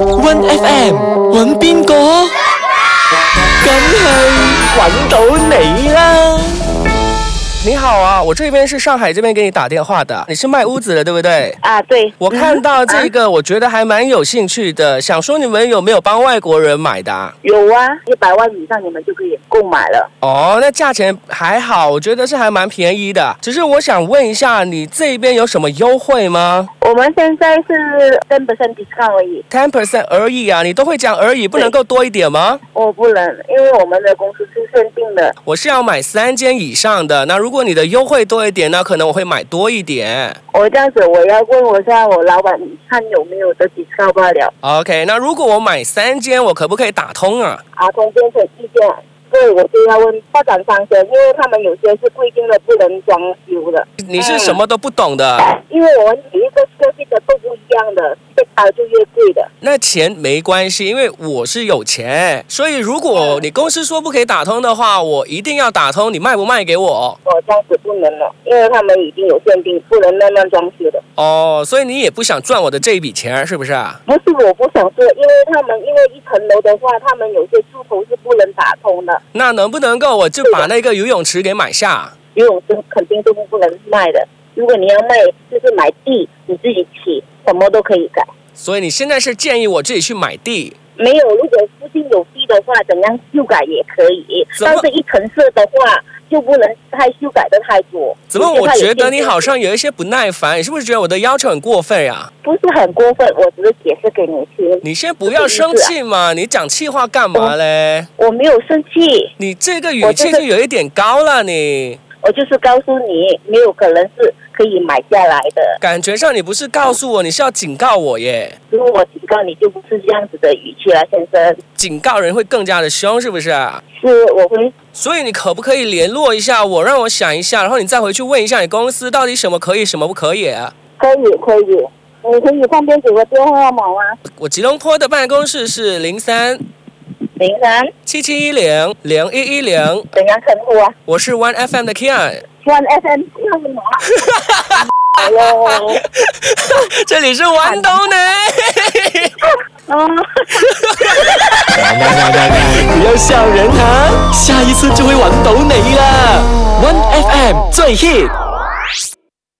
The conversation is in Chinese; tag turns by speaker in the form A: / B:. A: One FM 揾邊個？梗係揾到你啦！你好啊，我这边是上海这边给你打电话的，你是卖屋子的对不对？
B: 啊，对，嗯啊
A: 我看到这个，我觉得还蛮有兴趣的，想说你们有没有帮外国人买的、啊？
B: 有啊，一百万以上你们就可以购买了。
A: 哦，那价钱还好，我觉得是还蛮便宜的。只是我想问一下，你这边有什么优惠吗
B: 我们现在是 ten percent discount 而已，
A: ？Ten percent 而已啊，你都会讲而已，不能够多一点吗？
B: 我不能，因为我们的公司是限定的。
A: 我是要买三间以上的，那如果你的优惠多一点，那可能我会买多一点。
B: 我这样子，我要问我一下我老板，看有没有得 discount 罢了。
A: OK，那如果我买三间，我可不可以打通啊？
B: 啊，中间的意见，对，我就要问发展商先，因为他们有些是规定的不能装修的。
A: 你是什么都不懂的，
B: 因为我们每一个设计的都不一样的，越高就越贵的。
A: 那钱没关系，因为我是有钱，所以如果你公司说不可以打通的话，我一定要打通。你卖不卖给我？
B: 我哦这样子不能了，因为他们已经有限定，不能乱乱装修的。
A: 哦，所以你也不想赚我的这一笔钱，是不是啊？
B: 不是我不想做，因为他们因为一层楼的话，他们有些出口是不能打通的，
A: 那能不能够我就把那个游泳池给买下？
B: 游泳池肯定都不能卖的。如果你要卖，就是买地，你自己起，什么都可以改。
A: 所以你现在是建议我自己去买地？
B: 没有，如果附近有地的话，怎样修改也可以。
A: 怎么
B: 但是一层色的话，就不能太修改的太多。
A: 怎么我觉得你好
B: 像
A: 像有一些不耐烦？你是不是觉得我的要求很过分呀、
B: 不是很过分？我只是解释给你听，
A: 你先不要生气嘛，你讲气话干嘛嘞？
B: 我没有生气。
A: 你这个语气就有一点高了你，
B: 我就是告诉你，没有可能是可以买下来的。
A: 感觉上你不是告诉我，你是要警告我耶？
B: 如果我警告你，就不是这样子的语气了，先生。
A: 警告人会更加的凶，是不是啊？
B: 是我会，
A: 所以你可不可以联络一下我，让我想一下，然后你再回去问一下你公司到底什么可以，什么不可以啊？
B: 可以可以，你可以旁边给个电话号码吗？
A: 我吉隆坡的办公室是零三
B: 林然，
A: 七七一零零一一零，
B: 怎样称呼啊
A: 我是 One FM 的 Kian，
B: ？One FM 号码。哎呦，
A: 这里是玩东呢。
B: 啊。
A: 不要笑人啊，下一次就会玩到你啦。One FM 最 hit。